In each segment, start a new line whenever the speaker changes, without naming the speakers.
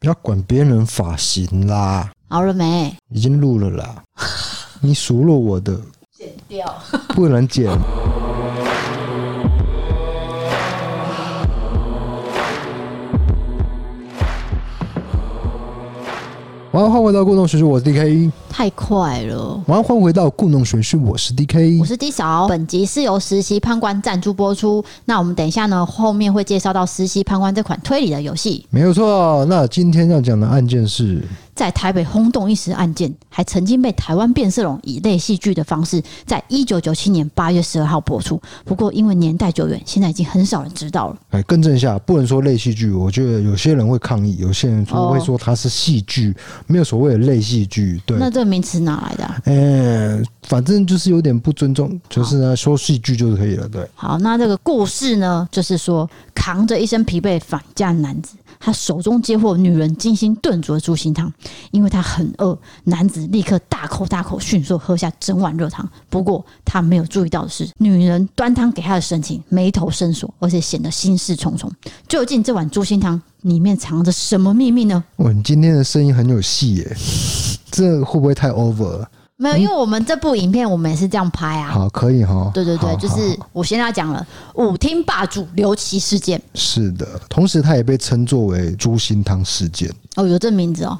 不要管别人发型啦，
好了没？
已经录了 啦。你数落我的，
剪掉。
不能剪。晚安，欢迎回到故弄玄虚，我是 DK。
太快了。
晚安，欢迎回到故弄玄虚，我是 DK
我。是 D 嫂，本集是由实习判官赞助播出。那我们等一下呢，后面会介绍到实习判官这款推理的游戏，
没有错，那今天要讲的案件是
在台北轰动一时案件，还曾经被台湾变色龙以类戏剧的方式，在一九九七年八月十二号播出。不过因为年代久远，现在已经很少人知道了。
哎，更正一下，不能说类戏剧。我觉得有些人会抗议，有些人说
哦
会说它是戏剧，没有所谓的类戏剧。对，
那这个名词哪来的啊、
嗯，反正就是有点不尊重，就是呢，说戏剧就可以了。对，
好，那这个故事呢，就是说扛着一身疲惫返家的男子，他手中接获女人精心炖煮的猪心汤，因为他很饿，男子立刻大口大口迅速喝下整碗热汤。不过他没有注意到的是，女人端汤给他的神情，眉头深锁，而且显得心事重重。究竟这碗猪心汤里面藏着什么秘密呢？
哇，哦你今天的声音很有戏耶， 这会不会太 over 了？
没有，因为我们这部影片我们也是这样拍啊。
好，可以哈。
对对对
好，
就
好
是我先要讲了舞厅霸主刘琦事件
是的。同时，它也被称作为“猪心汤事件”，
哦，有这名字哦。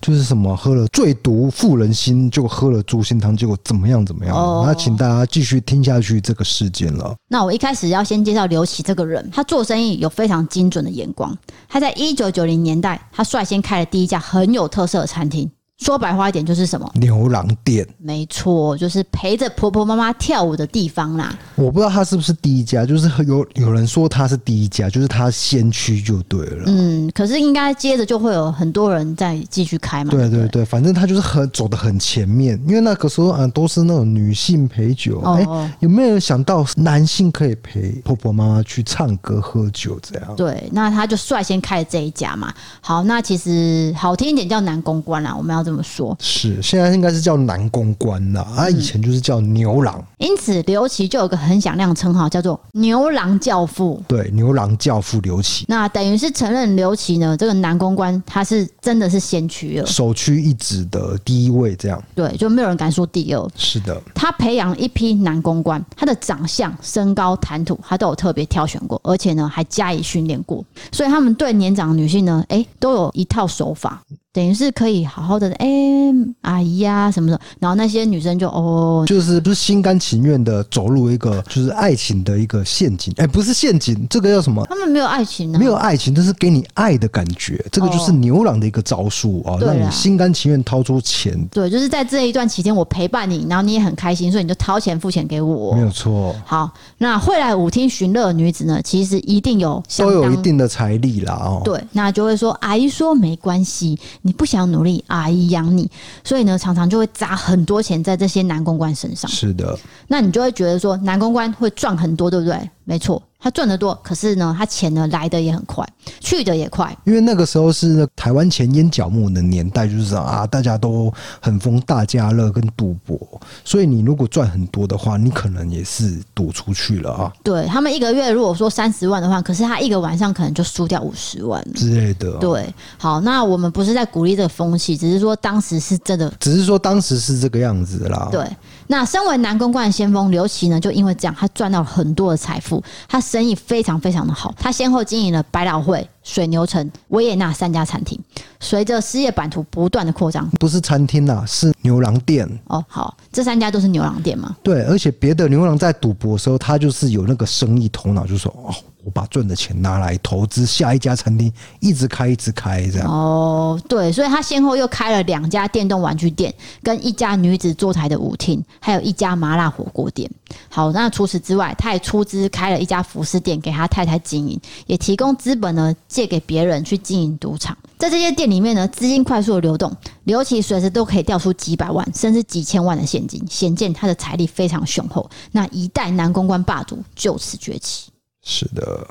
就是什么喝了最毒妇人心，就喝了猪心汤，结果怎么样怎么样。
哦
那请大家继续听下去这个事件了。
那我一开始要先介绍刘琦这个人，他做生意有非常精准的眼光。他在一九九零年代，他率先开了第一家很有特色的餐厅。说白话一点就是什么？
牛郎店，
没错，就是陪着婆婆妈妈跳舞的地方啦。
我不知道它是不是第一家，就是有有人说它是第一家，就是它先驱就对了。
嗯，可是应该接着就会有很多人再继续开嘛。
对
不
对对，反正他就是很走的很前面，因为那个时候啊、呃都是那种女性陪酒，
哦
哎、
哦
有没有人想到男性可以陪婆婆妈妈去唱歌喝酒这样？
对，那他就率先开了这一家嘛。好，那其实好听一点叫男公关啦，我们要这么说。
是，现在应该是叫男公关啦，啊，
嗯
以前就是叫牛郎，
因此，刘琦就有个很响亮的称号，叫做“牛郎教父”。
对，牛郎教父刘启，
那等于是承认刘琦呢，这个男公关他是真的是先驱了，
首屈一指的第一位，这样
对，就没有人敢说第二。
是的，
他培养了一批男公关，他的长相、身高、谈吐，他都有特别挑选过，而且呢还加以训练过，所以他们对年长的女性呢，诶，都有一套手法，等于是可以好好的，诶，阿姨呀、什么的，然后那些女生就哦，
就是不是心甘情愿的走入一个就是爱情的一个陷阱，哎、不是陷阱，这个叫什么？
他们没有爱情啊呢、
没有爱情，但是给你爱的感觉，这个就是牛郎的一个招数啊，
对
让你
啦
心甘情愿掏出钱，
对，就是在这一段期间，我陪伴你，然后你也很开心，所以你就掏钱付钱给我，
没有错，
好，那会来舞厅寻乐的女子呢，其实一定有相
都有一
当。
定的财力啦哦。
对，那就会说阿姨说没关系，你不想努力，阿姨养你，所以呢，常常就会砸很多钱在这些男公关身上。
是的，
那你就会觉得说，男公关会赚很多，对不对？没错，他赚得多，可是呢，他钱呢来的也很快，去的也快。
因为那个时候是台湾前烟角木的年代，就是这样啊，大家都很疯大家乐跟赌博，所以你如果赚很多的话，你可能也是赌出去了啊
对他们一个月如果说三十万的话，可是他一个晚上可能就输掉五十万了。
之类的、，啊
对，好，那我们不是在鼓励这个风气，只是说当时是真的
只是说当时是这个样子啦。
对，那身为南公关的先锋刘琦呢，就因为这样，他赚到了很多的财富，他生意非常非常的好，他先后经营了百老汇、水牛城、维也纳三家餐厅。随着事业版图不断的扩张，
不是餐厅啦，是牛郎店。
哦，好，这三家都是牛郎店嘛，
对，而且别的牛郎在赌博的时候，他就是有那个生意头脑，就说哦，我把赚的钱拿来投资下一家餐厅，一直开，一直开这样。
哦，对，所以他先后又开了两家电动玩具店，跟一家女子坐台的舞厅，还有一家麻辣火锅店。好，那除此之外，他也出资开了一家服饰店给他太太经营，也提供资本呢借给别人去经营赌场。在这些店里面呢，资金快速的流动，刘琦随时都可以调出几百万甚至几千万的现金，显见他的财力非常雄厚。那一代男公关霸主就此崛起。
是的，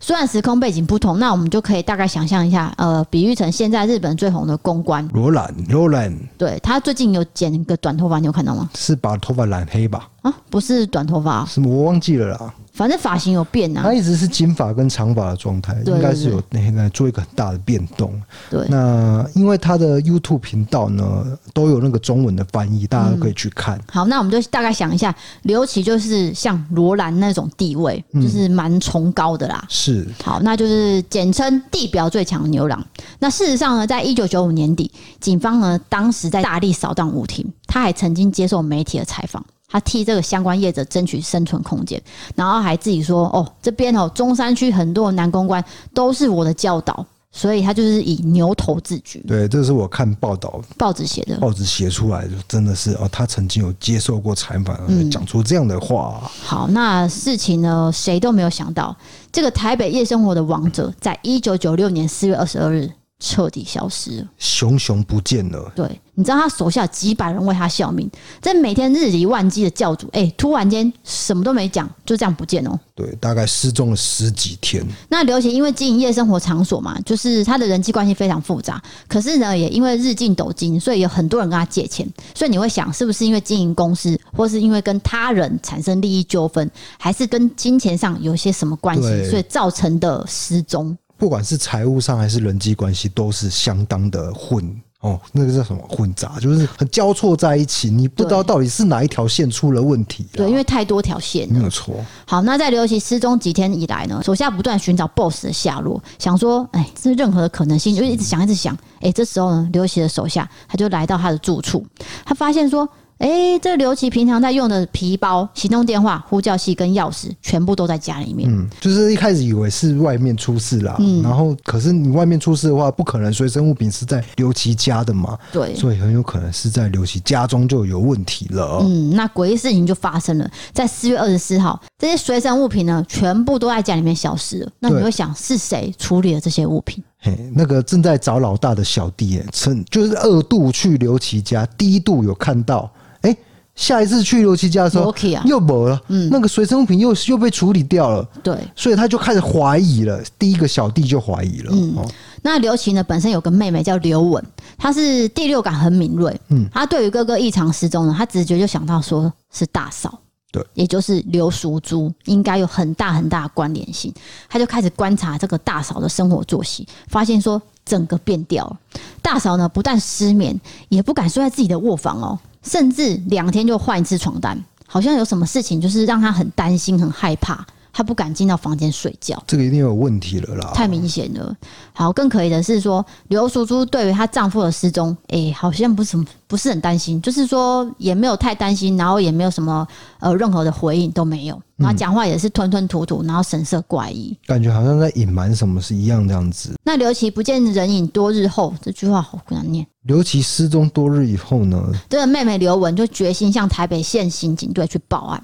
虽然时空背景不同，那我们就可以大概想象一下，呃，比喻成现在日本最红的公关，
罗兰，罗兰
对他最近有剪一个短头发，你有看到吗？
是把头发染黑吧？
啊，不是短头发哦、
什么我忘记了啦。
反正发型有变啊
他。一直是金发跟长发的状态，
对
应该是有那那做一个很大的变动。
对，
那因为他的 YouTube 频道呢都有那个中文的翻译，大家都可以
嗯
去看。
好，那我们就大概想一下，刘琦就是像罗兰那种地位，就是蛮崇高的啦。
是
好，那就是简称地表最强牛郎。那事实上呢，在一九九五年底，警方呢当时在大力扫荡舞厅，他还曾经接受媒体的采访，他替这个相关业者争取生存空间，然后还自己说：“哦，这边哦中山区很多男公关都是我的教导。”所以他就是以牛头自居，
对，这是我看报道
报纸写的。
报纸写出来，就真的是哦，他曾经有接受过采访，
嗯
而讲出这样的话、
好，那事情呢，谁都没有想到，这个台北夜生活的王者，在一九九六年四月二十二日彻底消失了。
熊熊不见了。
对，你知道他手下几百人为他效命，这每天日理万机的教主，哎、突然间什么都没讲，就这样不见哦。
对，大概失踪了十几天。
那刘琦因为经营夜生活场所嘛，就是他的人际关系非常复杂，可是呢，也因为日进斗金，所以有很多人跟他借钱，所以你会想，是不是因为经营公司，或是因为跟他人产生利益纠纷，还是跟金钱上有些什么关系，
对
所以造成的失踪？
不管是财务上还是人际关系，都是相当的混哦，那个叫什么混杂，就是很交错在一起，你不知道到底是哪一条线出了问题、啊。
对，因为太多条线了
没。有错，
好，那在刘琦失踪几天以来呢，手下不断寻找 BOSS 的下落，想说，哎，这任何的可能性，就一直想，一直想。哎，这时候呢，刘琦的手下他就来到他的住处，他发现说，哎，这刘琦平常在用的皮包、行动电话、呼叫器跟钥匙，全部都在家里面。
嗯，就是一开始以为是外面出事啦，
嗯
然后可是你外面出事的话，不可能随身物品是在刘琦家的嘛，
对。
所以很有可能是在刘琦家中就有问题了。
嗯，那诡异事情就发生了，在四月二十四号，这些随身物品呢，全部都在家里面消失了。那你
对
会想，是谁处理了这些物品？
嘿，那个正在找老大的小弟，哎，趁就是二度去刘琦家，第一度有看到，哎、下一次去刘琦家的时候
没去啊
哦又没了，那个随身物品又又被处理掉了，
对，
所以他就开始怀疑了，第一个小弟就怀疑了，
嗯
哦，
那刘琦呢，本身有个妹妹叫刘雯，她是第六感很敏锐，嗯，她对于哥哥异常失踪呢，她直觉就想到说是大嫂，
对，
也就是刘淑珠，应该有很大很大的关联性。她就开始观察这个大嫂的生活作息，发现说整个变掉了。大嫂呢，不但失眠，也不敢睡在自己的卧房哦，甚至两天就换一次床单，好像有什么事情就是让她很担心、很害怕，她不敢进到房间睡觉。
这个一定有问题了啦。
太明显了。好，更可疑的是说，刘淑珠对于她丈夫的失踪，诶、好像不是什么不是很担心，就是说也没有太担心，然后也没有什么呃任何的回应都没有，然后讲话也是吞吞吐吐，然后神色怪异。
感觉好像在隐瞒什么是一样这样子。
那刘琦不见人影多日后，这句话好难念。
刘琦失踪多日以后呢，
这个妹妹刘雯就决心向台北县刑警队去报案。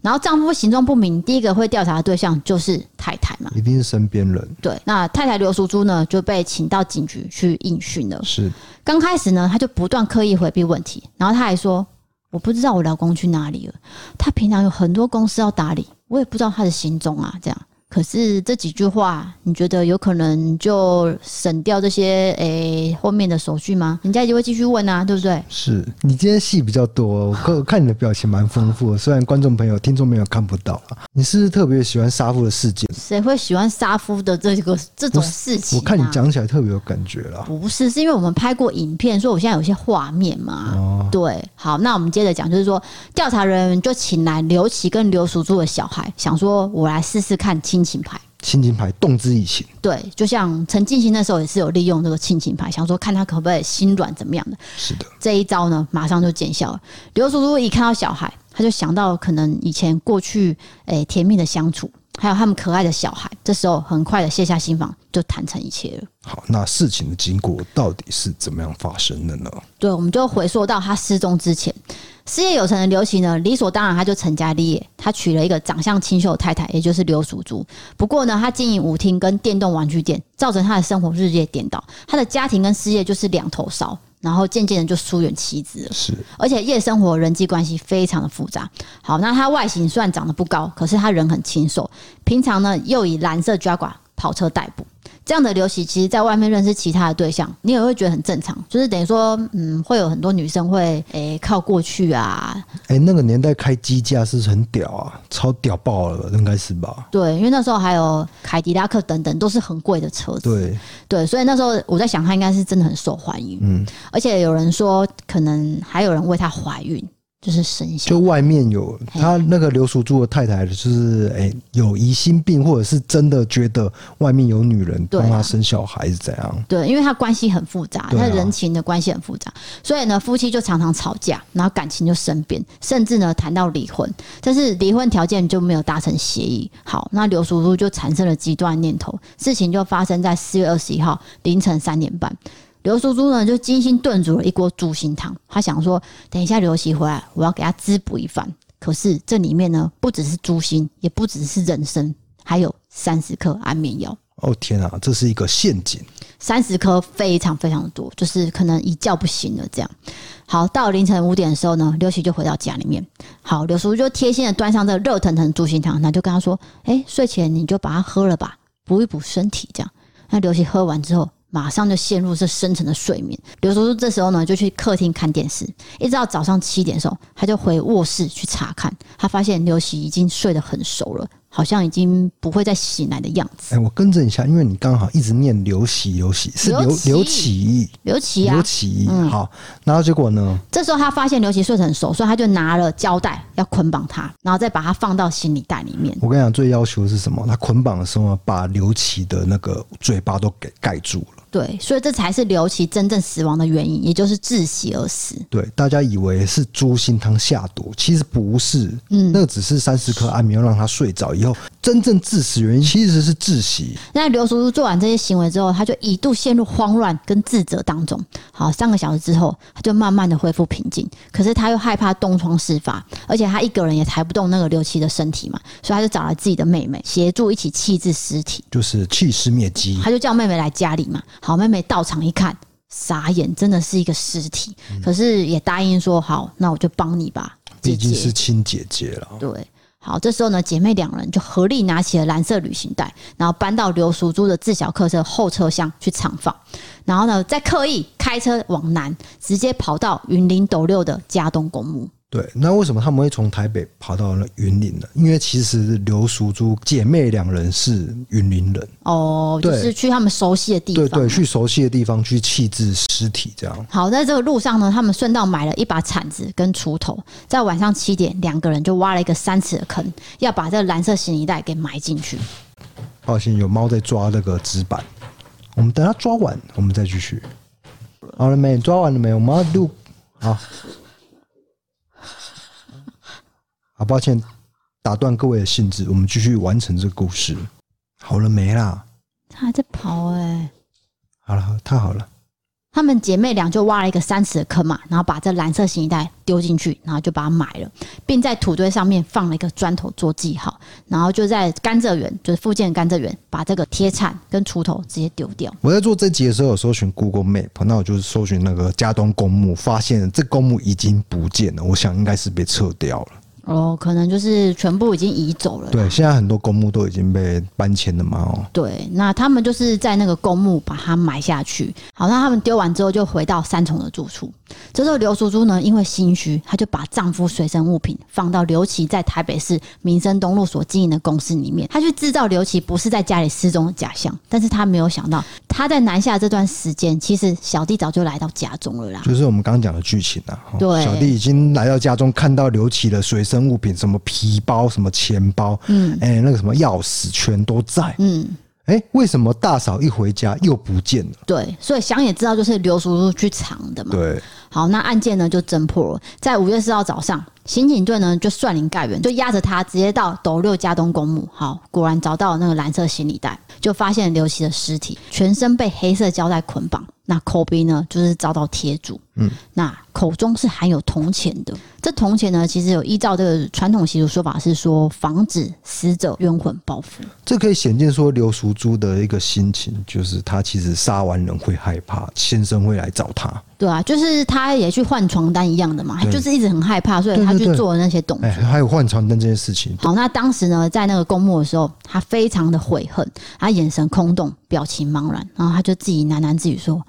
然后丈夫行踪不明，第一个会调查的对象就是太太嘛。
一定是身边人，
对，那太太刘淑珠呢就被请到警局去应讯了。
是
刚开始呢，他就不断刻意回避问题，然后他还说：“我不知道我老公去哪里了，他平常有很多公司要打理，我也不知道他的行踪啊。”这样，可是这几句话，你觉得有可能就省掉这些诶、后面的手续吗？人家就会继续问啊，对不对？
是。你今天戏比较多、哦，我看我看你的表情蛮丰富的，虽然观众朋友、听众朋友看不到啊。你是不是特别喜欢杀夫的事件？
谁会喜欢杀夫的这个这种事情、啊
我看你讲起来特别有感觉啦。
不是，是因为我们拍过影片，所以我现在有一些画面嘛。
哦
对，好，那我们接着讲，就是说调查人员就请来刘琦跟刘淑珠的小孩，想说我来试试看亲情牌。
亲情牌动之以情，
对，就像陈进兴那时候也是有利用这个亲情牌，想说看他可不可以心软怎么样的。
是的，
这一招呢，马上就见效了。刘叔叔一看到小孩，他就想到可能以前过去诶、甜蜜的相处，还有他们可爱的小孩。这时候很快的卸下心防，就坦诚一切了。
好，那事情的经过到底是怎么样发生的呢？
对，我们就回溯到他失踪之前，事业有成的刘琦呢，理所当然他就成家立业，他娶了一个长相清秀的太太，也就是刘淑珠。不过呢，他经营舞厅跟电动玩具店，造成他的生活日夜颠倒，他的家庭跟事业就是两头烧，然后渐渐的就疏远妻子了。
是
而且夜生活人际关系非常的复杂。好，那他外形虽然长得不高，可是他人很清瘦，平常呢又以蓝色 Jaguar 跑车代步。这样的流行，其实在外面认识其他的对象，你也会觉得很正常。就是等于说，嗯，会有很多女生会诶、靠过去啊，
哎、那个年代开机架是很屌啊，超屌爆了，应该是吧？
对，因为那时候还有凯迪拉克等等，都是很贵的车子。
对，
对，所以那时候我在想，她应该是真的很受欢迎。
嗯，
而且有人说，可能还有人为她怀孕，就是生小
就外面有
嘿
他那个刘淑珠的太太，就是哎、有疑心病，或者是真的觉得外面有女人
对啊
帮他生小孩是怎样？
对，因为他关系很复杂，
对
他
啊
人情的关系很复杂，所以呢，夫妻就常常吵架，然后感情就生变，甚至呢谈到离婚，但是离婚条件就没有达成协议。好，那刘叔叔就产生了极端念头，事情就发生在四月二十一号凌晨三点半。刘叔叔呢，就精心炖煮了一锅猪心汤。他想说，等一下刘喜回来，我要给他滋补一番。可是这里面呢，不只是猪心，也不只是人参，还有三十克安眠药。
哦天啊，这是一个陷阱！
三十颗非常非常多，就是可能一觉不醒了这样。好，到凌晨五点的时候呢，刘喜就回到家里面。好，刘叔就贴心的端上这热腾腾的猪心汤，他就跟他说：“哎、睡前你就把它喝了吧，补一补身体。”这样，那刘喜喝完之后。马上就陷入这深沉的睡眠。刘叔叔这时候呢，就去客厅看电视，一直到早上七点的时候，他就回卧室去查看。他发现刘喜已经睡得很熟了，好像已经不会再醒来的样子
哎、。我更正一下，因为你刚好一直念刘喜，刘喜是
刘
刘
启
刘启义，
刘琦啊
刘，启义。好，然后结果呢？
这时候他发现刘琦睡得很熟，所以他就拿了胶带要捆绑他，然后再把他放到行李袋里面。
我跟你讲，最要求的是什么？他捆绑的时候，把刘启的那个嘴巴都给盖住了。
对，所以这才是刘琦真正死亡的原因，也就是窒息而死。
对，大家以为是猪心汤下毒，其实不是，
嗯
那个只是三十颗安眠药让他睡着以后，真正致死原因其实是窒息。
那刘叔叔做完这些行为之后，他就一度陷入慌乱跟自责当中。好，三个小时之后，他就慢慢的恢复平静，可是他又害怕东窗事发，而且他一个人也抬不动那个刘琦的身体嘛，所以他就找来自己的妹妹协助一起弃置尸体。
就是气尸灭迹，
他就叫妹妹来家里嘛。好，妹妹到场一看，傻眼，真的是一个尸体。
嗯
可是也答应说好，那我就帮你吧，姐
毕竟是
姐。
亲姐姐了。
对，好，这时候呢，姐妹两人就合力拿起了蓝色旅行袋，然后搬到刘淑珠的自小客车后车厢去藏放，然后呢，再刻意开车往南，直接跑到云林斗六的嘉东公墓。
对，那为什么他们会从台北跑到了云林呢？因为其实刘淑珠姐妹两人是云林人，
哦，就
对
是去他们熟悉的地
对
方。
对，去熟悉的地方去弃置尸体，这样
好，在这个路上呢，他们顺道买了一把铲子跟锄头，在晚上七点，两个人就挖了一个三尺的坑，要把这蓝色行李袋给埋进去。
抱歉，有猫在抓那个纸板，我们等它抓完，我们再继续。好了没？抓完了没？我们要录。好，好，抱歉，打断各位的兴致，我们继续完成这个故事。好了没啦？
他还在跑哎、
好了，太好了。
她们姐妹俩就挖了一个三尺的坑嘛，然后把这蓝色行李袋丢进去，然后就把它埋了，并在土堆上面放了一个砖头做记号，然后就在甘蔗园，就是附近的甘蔗园，把这个铁铲跟锄头直接丢掉。
我在做这集的时候有搜寻 Google Map，那我就是搜寻那个加东公墓，发现这公墓已经不见了，我想应该是被撤掉了。
哦，可能就是全部已经移走了。
对，现在很多公墓都已经被搬迁了嘛，哦，
对，那他们就是在那个公墓把它埋下去。好，那他们丢完之后就回到三重的住处。这时候刘淑珠呢，因为心虚，她就把丈夫随身物品放到刘琦在台北市民生东路所经营的公司里面。她去制造刘琦不是在家里失踪的假象，但是她没有想到，她在南下这段时间，其实小弟早就来到家中了啦。
就是我们刚刚讲的剧情啊。哦
对
小弟已经来到家中，看到刘琦的随身物品，什么皮包、什么钱包，嗯，哎、那个什么钥匙全都在。
嗯，
哎、为什么大嫂一回家又不见了？
对，所以想也知道，就是刘叔叔去藏的嘛。
对，
好，那案件呢就侦破了。在五月四号早上，刑警队呢就率领盖员，就押着他直接到斗六加东公墓。好，果然找到了那个蓝色行李袋，就发现刘琦的尸体，全身被黑色胶带捆绑。那口鼻呢，就是遭到贴住。嗯，那口中是含有铜钱的。这铜钱呢，其实有依照这个传统习俗说法是说，防止死者冤魂报复。
这可以显见说刘淑珠的一个心情，就是她其实杀完人会害怕，先生会来找她。
对啊，就是他也去换床单一样的嘛，他
对
就是一直很害怕，所以
对
他
对对
去
对
做的那些动作
哎，。还有换床单这件事情，
好，那当时呢，在那个公墓的时候，他非常的悔恨，他眼神空洞，表情茫然，然后他就自己喃喃自语说：“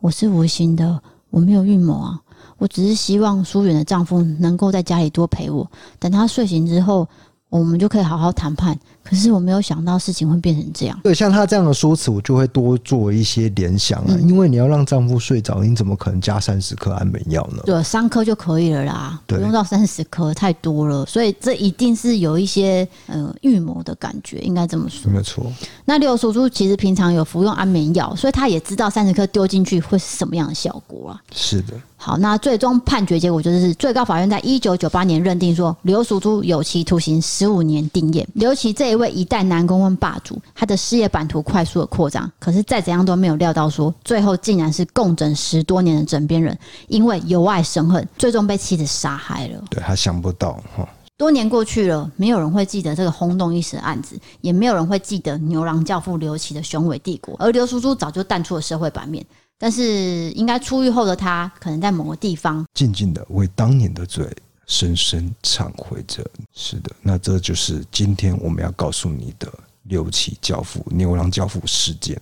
我是无心的，我没有预谋啊，我只是希望疏远的丈夫能够在家里多陪我，等他睡醒之后，我们就可以好好谈判。可是我没有想到事情会变成这样。
对，像他这样的说辞，我就会多做一些联想啊，
嗯
因为你要让丈夫睡着，你怎么可能加三十克安眠药呢？
对，三颗就可以了啦，不
对
用到三十颗，太多了。所以这一定是有一些呃预谋的感觉，应该这么说。
没有错，
那六叔叔其实平常有服用安眠药，所以他也知道三十克丢进去会是什么样的效果啊。
是的，
好，那最终判决结果就是最高法院在一九九八年认定说，刘叔珠有期徒刑十五年定谳。尤其这一位一代男公关霸主，他的事业版图快速的扩张，可是再怎样都没有料到说，最后竟然是共枕十多年的枕边人，因为由爱生恨，最终被妻子杀害了。
对他想不到哈，
多年过去了，没有人会记得这个轰动一时的案子，也没有人会记得牛郎教父刘琦的雄伟帝国。而刘叔叔早就淡出了社会版面，但是应该出狱后的他，可能在某个地方，
静静的为当年的罪深深忏悔着。是的，那这就是今天我们要告诉你的六起教父牛郎教父事件。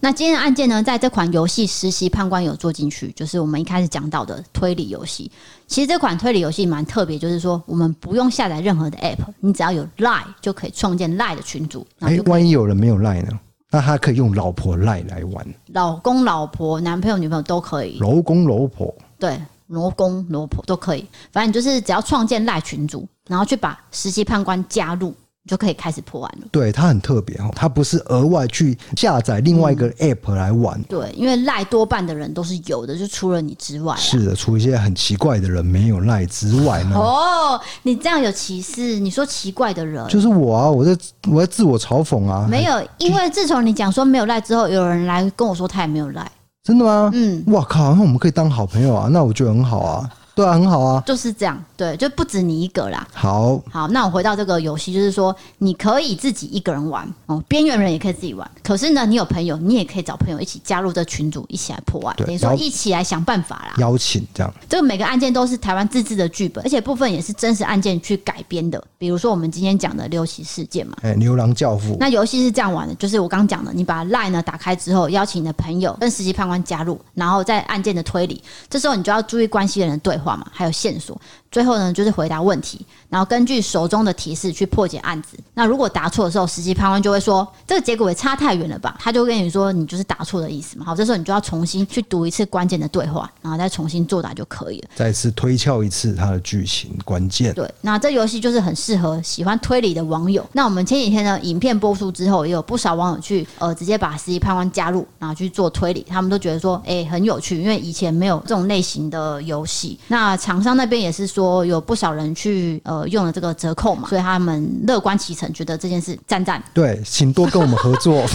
那今天的案件呢，在这款游戏实习判官有做进去，就是我们一开始讲到的推理游戏。其实这款推理游戏蛮特别，就是说我们不用下载任何的 app，你只要有 Line 就可以创建 Line 的群组，然
哎、
后就可以
万一有人没有赖呢？那他可以用老婆赖来玩，
老公、老婆、男朋友、女朋友都可以。
老公老婆。
对，罗公罗婆都可以，反正你就是只要创建赖群组，然后去把实习判官加入，你就可以开始破案了。
对他很特别哦，他不是额外去下载另外一个
嗯
app 来玩，
对，因为赖多半的人都是有的，就除了你之外啊。
是啊的，除一些很奇怪的人没有赖之外呢，
哦，你这样有歧视，你说奇怪的人。
就是我啊，我在我在自我嘲讽啊，
没有，因为自从你讲说没有赖之后，有人来跟我说他也没有赖，
真的吗？
嗯，
哇靠，那我们可以当好朋友啊，那我觉得很好啊，对啊，很好啊，
就是这样，对，就不止你一个啦。
好，
好，那我回到这个游戏，就是说你可以自己一个人玩哦，边缘人也可以自己玩。可是呢，你有朋友，你也可以找朋友一起加入这群组，一起来破案，
对
等于说
然后
一起来想办法啦。
邀请这样，
这个每个案件都是台湾自制的剧本，而且部分也是真实案件去改编的，比如说我们今天讲的六七事件嘛。
哎、牛郎教父，
那游戏是这样玩的，就是我刚讲的，你把 LINE 呢打开之后，邀请你的朋友跟实习判官加入，然后在案件的推理，这时候你就要注意关系人的对话嘛，还有线索，最后呢就是回答问题，然后根据手中的提示去破解案子。那如果答错的时候，实习判官就会说这个结果也差太远了吧，他就跟你说你就是答错的意思嘛。好，这时候你就要重新去读一次关键的对话，然后再重新作答就可以了。
再次推敲一次他的剧情关键，
对，那这游戏就是很适合喜欢推理的网友。那我们前几天呢，影片播出之后，也有不少网友去呃直接把实习判官加入，然后去做推理，他们都觉得说，哎、很有趣，因为以前没有这种类型的游戏。那厂商那边也是说，有不少人去呃用了这个折扣嘛，所以他们乐观其成，觉得呃这件事赞赞。
对，请多跟我们合 作，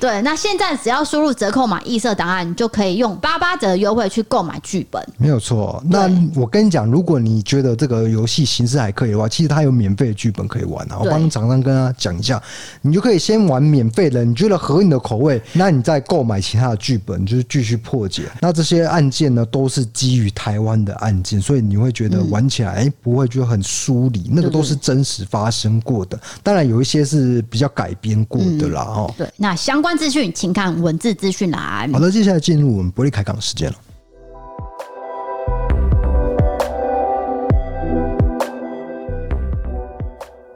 对，那现在只要输入折扣码异色档案，你就可以用八八折的优惠去购买剧本。
没有错。那我跟你讲，如果你觉得这个游戏形式还可以的话，其实它有免费的剧本可以玩啊。我
对
帮厂商跟他讲一下，你就可以先玩免费的，你觉得合你的口味，那你再购买其他的剧本，就是继续破解。那这些案件呢，都是基于台湾的案件，所以你会觉得玩起来，哎、不会觉得很疏离，那个都是真实发生过的。当然有一些是比较改编过的啦，哦。
对，那相关资讯请看文字资讯栏
好。的，接下来进入我们伯利开港时间了。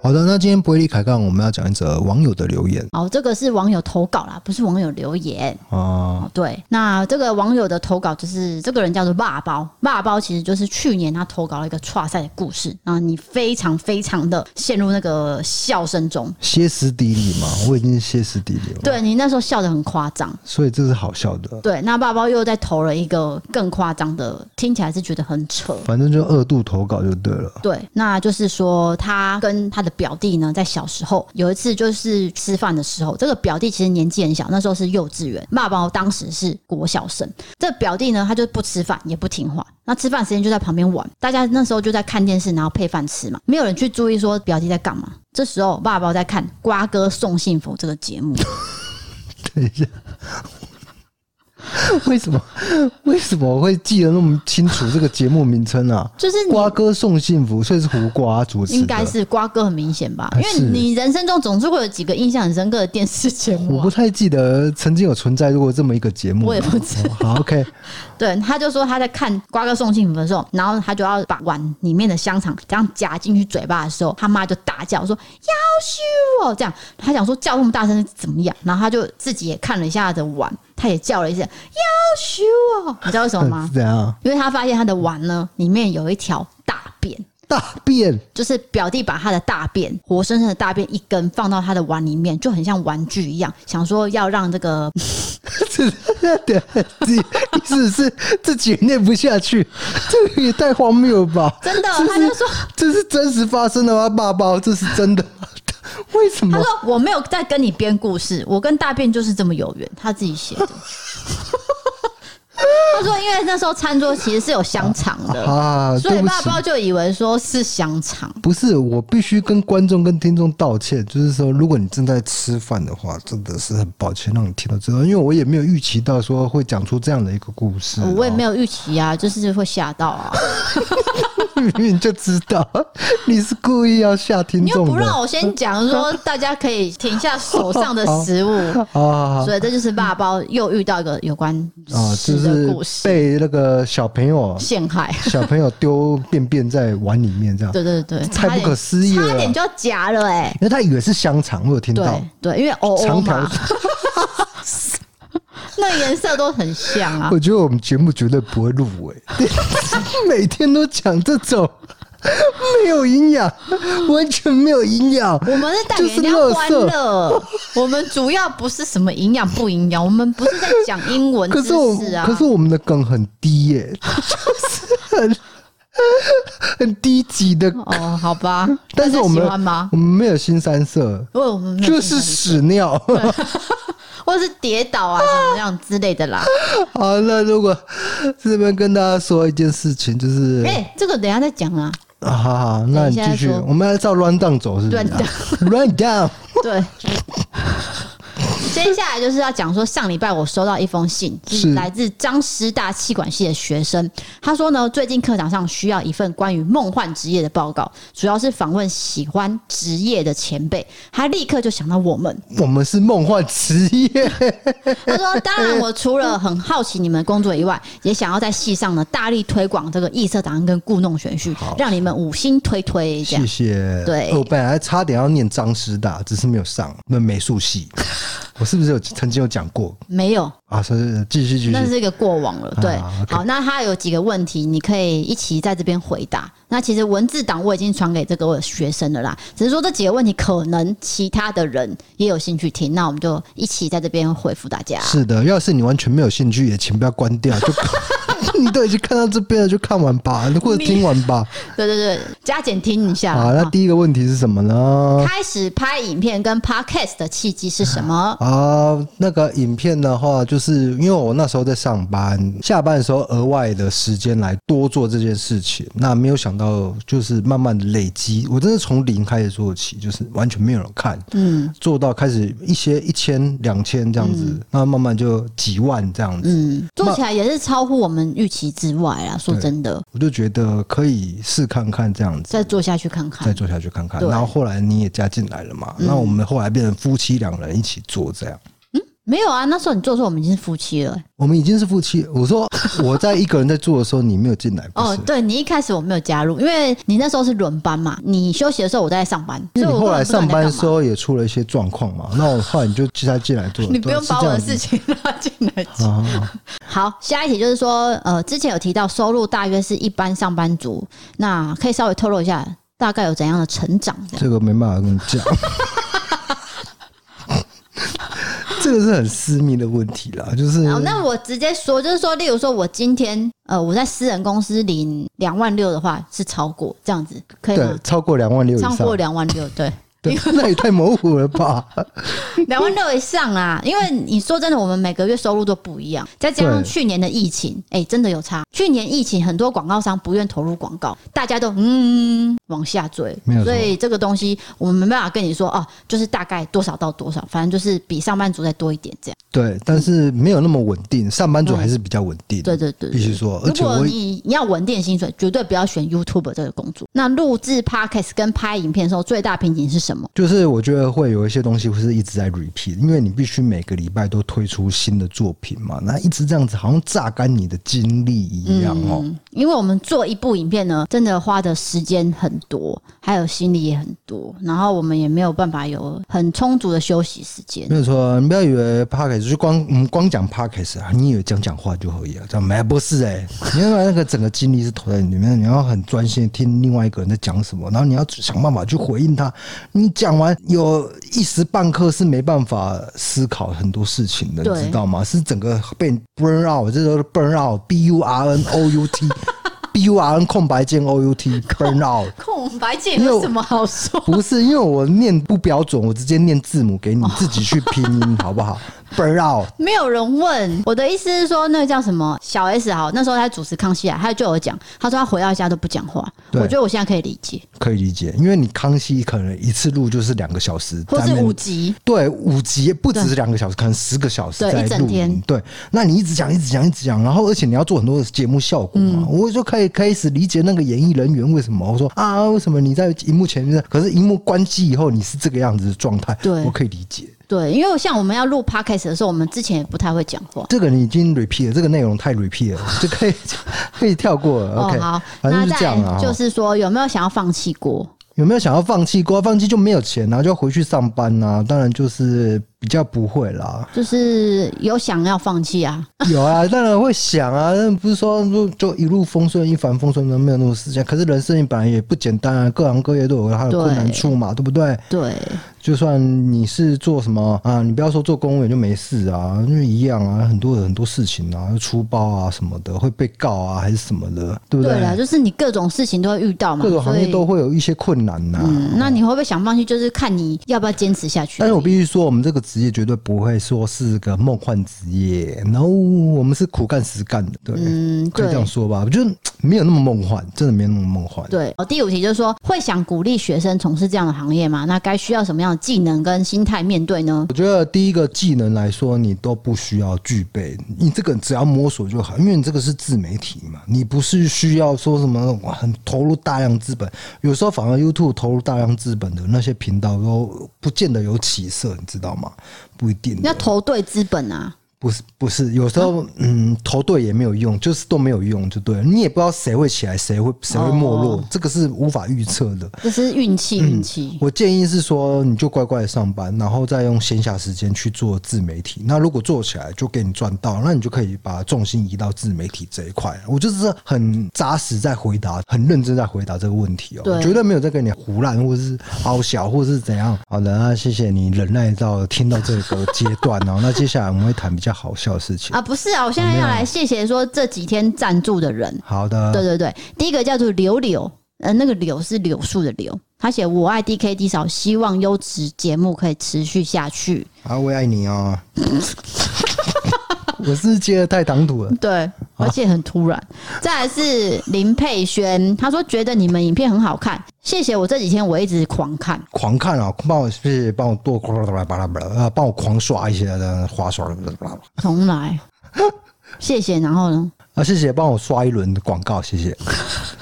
好的，那今天伯利开港，我们要讲一则网友的留言
好，哦这个是网友投稿啦，不是网友留言。
啊、
哦，对，那这个网友的投稿就是这个人叫做霸包，霸包其实就是去年他投稿了一个跨赛的故事，然后你非常非常的陷入那个笑声中，
歇斯底里嘛，我已经歇斯底里了，
对你那时候笑得很夸张。
所以这是好笑的。
对，那霸包又再投了一个更夸张的，听起来是觉得很扯。
反正就二度投稿就对了，
对，那就是说他跟他的表弟呢，在小时候有一次就是吃饭的时候，这个表弟其实年纪很小，那时候是幼稚园，爸爸当时是国小生。这表弟呢，他就不吃饭，也不听话。那吃饭时间就在旁边玩，大家那时候就在看电视，然后配饭吃嘛，没有人去注意说表弟在干嘛。这时候，爸爸在看《 瓜哥送幸福》这个节目，
为什么为什么我会记得那么清楚这个节目名称啊？
就是你
瓜哥送幸福，所以是胡瓜主持的，
应该是瓜哥很明显吧，因
是
为你人生中总是会有几个印象很深刻的电视节目
我
啊、
不太记得曾经有存在过这么一个节目。
我也不知
哦好，OK，
对，他就说他在看瓜哥送幸福的时候，然后他就要把碗里面的香肠这样夹进去嘴巴的时候，他妈就大叫说：“要羞哦！”这样，他想说叫那么大声是怎么样，然后他就自己也看了一下他的碗，他也叫了一声“要羞哦”，你知道为什么吗
是？怎样？
因为他发现他的碗呢里面有一条大便。
大便
就是表弟把他的大便，活生生的大便一根放到他的碗里面，就很像玩具一样，想说要让这个
是对，自己意思是自己念不下去，这个也太荒谬了吧？
真的，
这
他
是
就说，
这是真实发生的吗？爸爸，这是真的吗？为什
他
么
说我没有在跟你编故事，我跟大便就是这么有缘，他自己写的。 他说，因为那时候餐桌其实是有香肠的，
啊？
所
对
以
不
爸
起，
爸就以为说是香肠。
不是，我必须跟观众跟听众道歉，就是说，如果你正在吃饭的话，真的是很抱歉让你听到这段，因为我也没有预期到说会讲出这样的一个故事。
我也没
有，
有预期啊，就是会吓 到啊！
明明就知道你是故意要吓听
你又
众的。
不让我先讲，说大家可以停下手上的食物，
啊
所以这就是爸包又遇到一个有关
啊，就
吃
是
的故事，
被那个小朋 友
陷害。
小朋友丢便便在碗里面这样，
对对对，
太不可思议
差
了
点差点就要夹了哎、
因为他以为是香肠，我有听到
对对，因为欧欧
长条
嘛，那颜色都很像啊
我。觉得我们节目绝对不会入围， 每天都讲这种没有营养，完全没有营养。
我们是带给人家
就是垃圾
欢乐，我们主要不是什么营养不营养，我们不是在讲英文
可
知
是我，
识啊
可。是我们的梗很低耶、 就是很 很低级的。
哦，好吧，
但是
大
我
家喜
们
欢吗？
我们没有新三色，
因为我们没有
就是屎尿。
或者是跌倒啊，怎么样之类的 啦。
好，那如果这边跟大家说一件事情，就是、
哎、这个等一下再讲啊。
啊，好好，那你
等一下
继续，
再说
我们要照 run down 走，是不是、
Run
啊、？run down，
对。接下来就是要讲说，上礼拜我收到一封信，
是
是来自张师大气管系的学生。他说呢，最近课堂上需要一份关于梦幻职业的报告，主要是访问喜欢职业的前辈。他立刻就想到我们，
我们是梦幻职 业，
他说：“当然，我除了很好奇你们的工作以外，也想要在系上呢大力推广这个异色档案跟故弄玄虚，让你们五星推推这样
谢。谢。
对
呃我本来差点要念张师大，只是没有上那美术系， 我是不是有曾经有讲过
没有，
啊？是是是继续继
那
续，
是一啊个过往了，对。
啊，OK
好，那他有几个问题，你可以一起在这边回答。那其实文字档我已经传给这个学生了啦，只是说这几个问题可能其他的人也有兴趣听，那我们就一起在这边回复大家。
是的。要是你完全没有兴趣，也请不要关掉，就 你都已经看到这边了，就看完吧，或者听完吧。
对对对，加减听一下啦。
好，那
啊
第一个问题是什么呢？
开始拍影片跟 podcast 的契机是什么？
啊，那个影片的话，就是因为我那时候在上班，下班的时候额外的时间来多做这件事情。那没有想到，就是慢慢地累积，我真的从零开始做起，就是完全没有人看，
嗯
做到开始一些一千、两千这样子，那慢慢就几万这样子。
嗯，做起来也是超乎我们预期之外啦。说真的，
我就觉得可以试看看这样子，
再做下去看
再
看。
做下去看看。
对嗯
然后后来你也加进来了嘛，那我们后来变成夫妻两人一起做这样。
没有啊，那时候你做的时候我们已经是夫妻了欸、
我们已经是夫妻。我 说我在一个人在做的时候，你没有进来，不
哦，
是？
对你一开始我没有加入，因为你那时候是轮班嘛，你休息的时候我在上班，
因
所以
为你
我
后
根
来
本不知道
上
你在
班
干
的
嘛
时候也出了一些状况嘛，那我后来你就接他进来做，
你不用
哦都是
把
这
我
样
的
子
事情拉进来 讲。
啊，
好，下一题就是说，呃，之前有提到收入大约是一般上班族，那可以稍微透露一下大概有怎样的成长？这样
这个没办法跟你讲。 这个是很私密的问题啦，就是
好，哦那我直接说，就是说，例如说我今天呃我在私人公司领两万六的话，是超过这样子可以
对
吗？
超过两万六以
超
上，
过两万六，对，
对，那也太模糊了吧？
两万六以上啊，因为你说真的，我们每个月收入都不一样，再加上
对
去年的疫情，哎、真的有差。去年疫情，很多广告商不愿投入广告，大家都嗯往下追
没有，错
所以这个东西我们没办法跟你说哦，就是大概多少到多少，反正就是比上班族再多一点这样。
对，但是没有那么稳定，上班族还是比较稳定。
对对对
必须说，而
如
且
果
我
你你要稳定薪水，绝对不要选 YouTube 这个工作。那录制 Podcast 跟拍影片的时候，最大瓶颈是什么？
就是我觉得会有一些东西会是一直在 repeat，因为你必须每个礼拜都推出新的作品嘛，那一直这样子好像榨干你的精力一样哦。
嗯，因为我们做一部影片呢，真的花的时间很多，还有心力也很多，然后我们也没有办法有很充足的休息时间。
没有错，你不要以为 podcast 就光我们光讲 podcast 啊，你以为讲讲话就可以了，啊这样没不是哎、 你要把那个整个精力是投在里面，你要很专心地听另外一个人在讲什么，然后你要想办法去回应他。你讲完有一时半刻是没办法思考很多事情的，
对
你知道吗？是整个被 burn out，这都是 burn out，b u r n o u t。B U R N 空白键 O U T burn out，
空白键有什么好说？
不是，因为我念不标准，我直接念字母给你自己去拼 音，好不好？Burn out，
没有人问我的意思是说，那个叫什么小 S 好，那时候他主持康熙来，啊他就有讲，他说他回到家都不讲话。
对
我觉得我现在可以理解，
可以理解，因为你康熙可能一次录就是两个小时，
或
在
是
那边
五集，
对五集不止两个小时，可能十个小时
对
在
一整
录
天
影。对，那你一直讲，一直讲，一直讲，然后而且你要做很多的节目效果
嗯
嘛，我就可以开始理解那个演艺人员为什么我说啊，为什么你在荧幕前面，可是荧幕关机以后你是这个样子的状态，
对
我可以理解。
对，因为像我们要录 podcast 的时候，我们之前也不太会讲话。
这个你已经 repeat 了，这个内容太 repeat 了，就可以可以跳过了。OK，、
哦，好，
反
那
正是这
再
样啊。
来
哈
就是说，有没有想要放弃过？
有没有想要放弃过？放弃就没有钱啊，就要回去上班啊。当然就是比较不会 啦。
就是有想要放弃啊，
有啊，当然会想啊，但不是说就就一路风顺一帆风顺的，没有那么时间。可是人生本来也不简单啊，各行各业都有它的困难处嘛，对不对？
对，
就算你是做什么啊，你不要说做公务员就没事啊，因为一样啊，很多很多事情啊，出包啊什么的，会被告啊还是什么的，对不
对啊了，就是你各种事情都会遇到嘛，
各种行业
所
都
以。
会有一些困难呐、
嗯，那你会不会想放弃？就是看你要不要坚持下去而已。
但是我必须说，我们这个职业绝对不会说是个梦幻职业，然后我们是苦干实干的，对，
嗯，
可以这样
对
说吧。我觉得没有那么梦幻，真的没有那么梦幻。
对。哦，第五题就是说，会想鼓励学生从事这样的行业吗？那该需要什么样的技能跟心态面对呢？
我觉得第一个技能来说，你都不需要具备，你这个只要摸索就好，因为你这个是自媒体嘛，你不是需要说什么哇很投入大量资本，有时候反而 YouTube 投入大量资本的那些频道都不见得有起色，你知道吗？不一定的。
要投对资本啊，
不是不是，有时候、嗯，投对也没有用，就是都没有用，就对了。你也不知道谁会起来，谁会谁会没落，
哦
这个是无法预测的。
这是运气，
嗯
运气。
我建议是说，你就乖乖的上班，然后再用闲暇时间去做自媒体。那如果做起来就给你赚到，那你就可以把重心移到自媒体这一块。我就是很扎实在回答，很认真在回答这个问题哦、
对
我绝对没有在跟你胡乱或者是凹小或者是怎样。好的，那谢谢你忍耐到听到这个阶段 哦、那接下来我们会谈比较好笑的事情。
啊，不是啊，我现在要来谢谢说这几天赞助的人，
好的，
对对对，第一个叫做柳柳，呃，那个柳是柳树的柳。他写我爱 DKD 少，希望优质节目可以持续下去。
啊，我也爱你 哦。我是接的太唐突了，
对，而且很突然。再来是林佩轩，他说觉得你们影片很好看，谢谢我这几天我一直狂看。
狂看啊！帮我谢谢，帮我多巴拉巴拉巴拉，呃，帮我狂刷一些的花刷
重来，谢谢。然后呢，
啊！谢谢，帮我刷一轮的广告，谢 谢。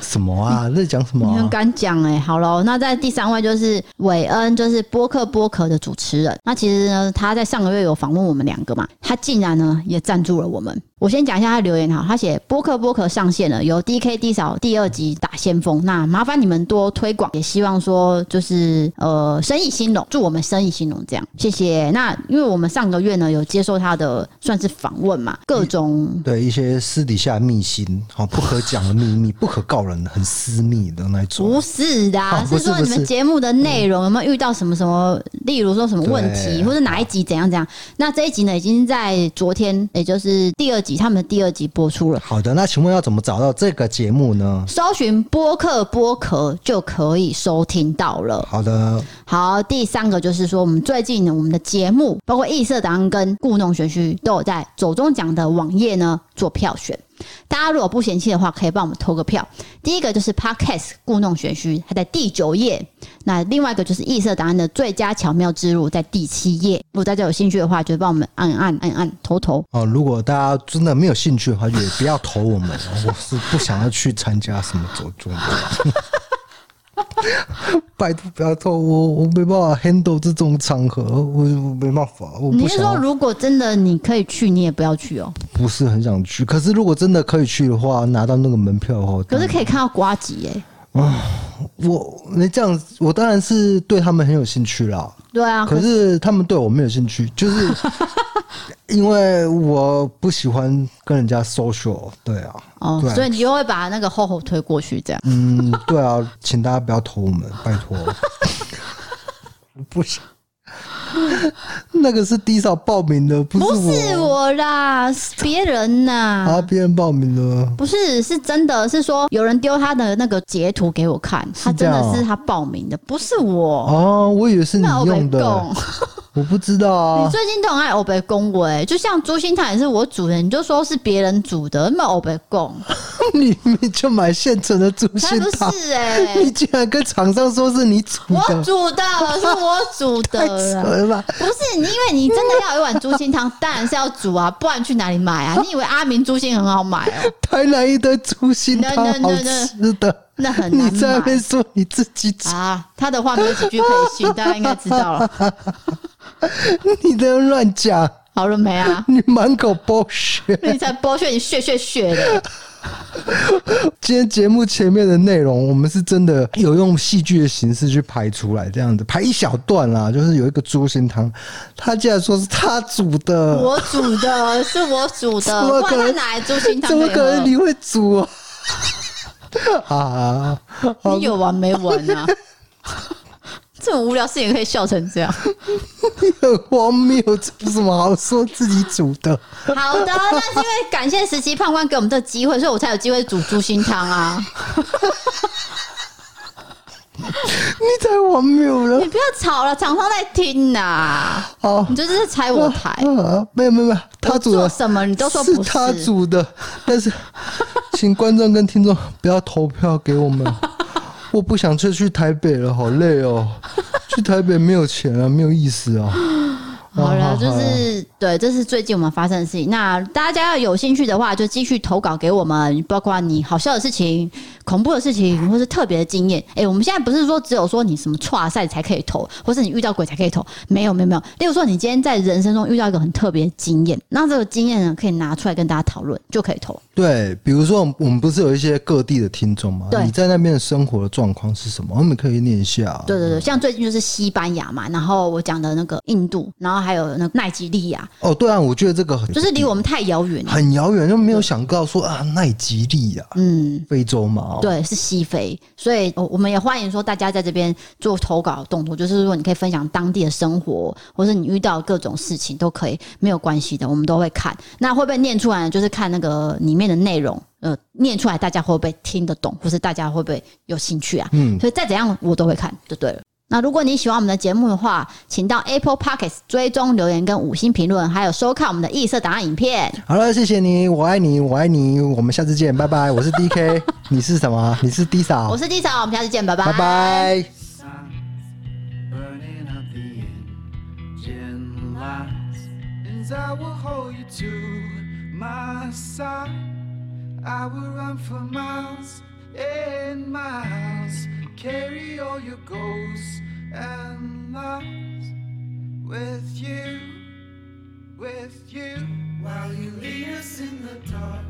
什么啊？在讲什么、
你很
啊？
敢讲哎、好喽，那在第三位就是韦恩，就是播客播客的主持人。那其实呢，他在上个月有访问我们两个嘛，他竟然呢也赞助了我们。我先讲一下他的留言哈，他写播客播客上线了，由 DK D 嫂第二集打先锋。那麻烦你们多推广，也希望说就是呃生意兴隆，祝我们生意兴隆这样，谢谢。那因为我们上个月呢有接受他的算是访问嘛，各种
对一些私底下秘辛，好、不可讲的秘密，不可告人的，很私密的那一种
不。是的、啊
哦不
是
是
说你
不
们
是嗯
节目的内容有没有遇到什么什么，例如说什么问题，
对
或者哪一集怎样怎样？那这一集呢，已经在昨天，也就是第二集，他们的第二集播出了。
好的，那请问要怎么找到这个节目呢？
搜寻播客播客就可以收听到了。
好的，
好，第三个就是说，我们最近呢，我们的节目包括异色党跟故弄玄虚都有在走中奖的网页呢做票选。大家如果不嫌弃的话，可以帮我们投个票。第一个就是 Podcast 故弄玄虚，它在第九页；那另外一个就是异色档案的最佳巧妙之路，在第七页。如果大家有兴趣的话，就帮我们按按按按投投。
哦，如果大家真的没有兴趣的话，也不要投我们， 我是不想要去参加什么走中奖。 拜托不要投我，我没办法 handle 这种场合，我我没办法，我
你
不
是
想
说，
要，
如果真的你可以去，你也不要去哦？
不是很想去。可是如果真的可以去的话，拿到那个门票的话，
可是可以看到瓜吉耶、
嗯我那这样，我当然是对他们很有兴趣啦。
对啊，
可是他们对我没有兴趣，就是 因为我不喜欢跟人家 social。对啊，
哦
对，啊
所以你就会把那个厚厚推过去，这样。
嗯，对啊，请大家不要投我们，拜托。不是， 那个是低少报名的，不是
不
我
是我啦，是别人呐、
啊，别人报名的。
不是，是真的是说有人丢他的那个截图给我看，他
这
真
样哦
的是他报名的，不是我。
哦，我以为是你
那欧北
用的，
贡，
我不知道
你
啊。
最近都很爱欧北贡我哎，就像朱星泰也是我煮的，你就说是别人煮的，那么欧北贡
你你就买现成的猪
才
心
不
汤，
是哎、
你竟然跟厂商说是 你煮
我
的，
煮的是我煮
太
的
扯
啦。
了吧！
不是你，因为你真的要有一碗猪心汤，当然是要煮啊，不然去哪里买啊？你以为阿明猪心很好买哦、
台南一堆猪心汤
No, no, no,
好
no.
吃的，
那 很
你
难
在那
买
边说你自己煮，
啊。他的话没有几句可以 信，大家应该知道了。
你在那乱讲，
好了没啊？
你满口剥削。
你才剥削，你血血血的，
今天节目前面的内容，我们是真的有用戏剧的形式去排出来，这样子排一小段啦，就是有一个猪心汤，他竟然说是他煮的，
我煮的是我 煮
怎
的，
么
不
可
然
能
他哪来猪心汤
怎么
可以
可
喝
能你会煮啊？啊，
你有完没完啊？ 这种无聊事情可以笑成这样。
你很荒谬，这有什么好说自己煮的？
好的，那是因为感谢十七判官给我们这个机会，所以我才有机会煮猪心汤 啊！
你太荒谬了
你！不要吵了，厂商在听呐、
好
你，就是在拆我台。
啊，没有没有没有，他
我
煮
做
的
什么你都说不
是他煮的，但是请观众跟听众不要投票给我 们，我不想再去台北了，好累哦，去台北没有钱啊，没有意思啊。
哦好
啊
了，就
好
是对，这是最近我们发生的事情。那大家有兴趣的话，就继续投稿给我们，包括你好笑的事情、恐怖的事情，或是特别的经验。哎、我们现在不是说只有说你什么跨赛才可以投，或是你遇到鬼才可以投，没有没有没有。例如说，你今天在人生中遇到一个很特别的经验，那这个经验呢，可以拿出来跟大家讨论，就可以投。
对，比如说我们我们不是有一些各地的听众吗？
对
你在那边的生活的状况是什么？我们可以念一下啊。
对对对，像最近就是西班牙嘛，然后我讲的那个印度，然后还有那个奈及利亚，
哦，对啊，我觉得这个很
就是离我们太遥远了。
很遥远，就没有想到说啊，奈及利亚、
嗯，
非洲嘛、哦。
对，是西非，所以呃我们也欢迎说大家在这边做投稿的动作，就是说你可以分享当地的生活，或是你遇到各种事情都可以，没有关系的，我们都会看。那会不会念出来？就是看那个里面的内容，呃，念出来大家会不会听得懂，或是大家会不会有兴趣啊？
嗯
所以再怎样我都会看，就对了。那如果你喜欢我们的节目的话，请到 Apple Podcast 追踪留言跟五星评论，还有收看我们的异色档案影片。
好了，谢谢你，我爱你，我爱你，我们下次见，拜拜。我是 DK，你是什么？你是 D 嫂
我，是 D 嫂，我们下次见，
拜拜。
Sun's burning up the engine lights, and I will hold you to my side. I will run for miles and miles, carry all your goals and lies with you, with you, while you lead us in the dark.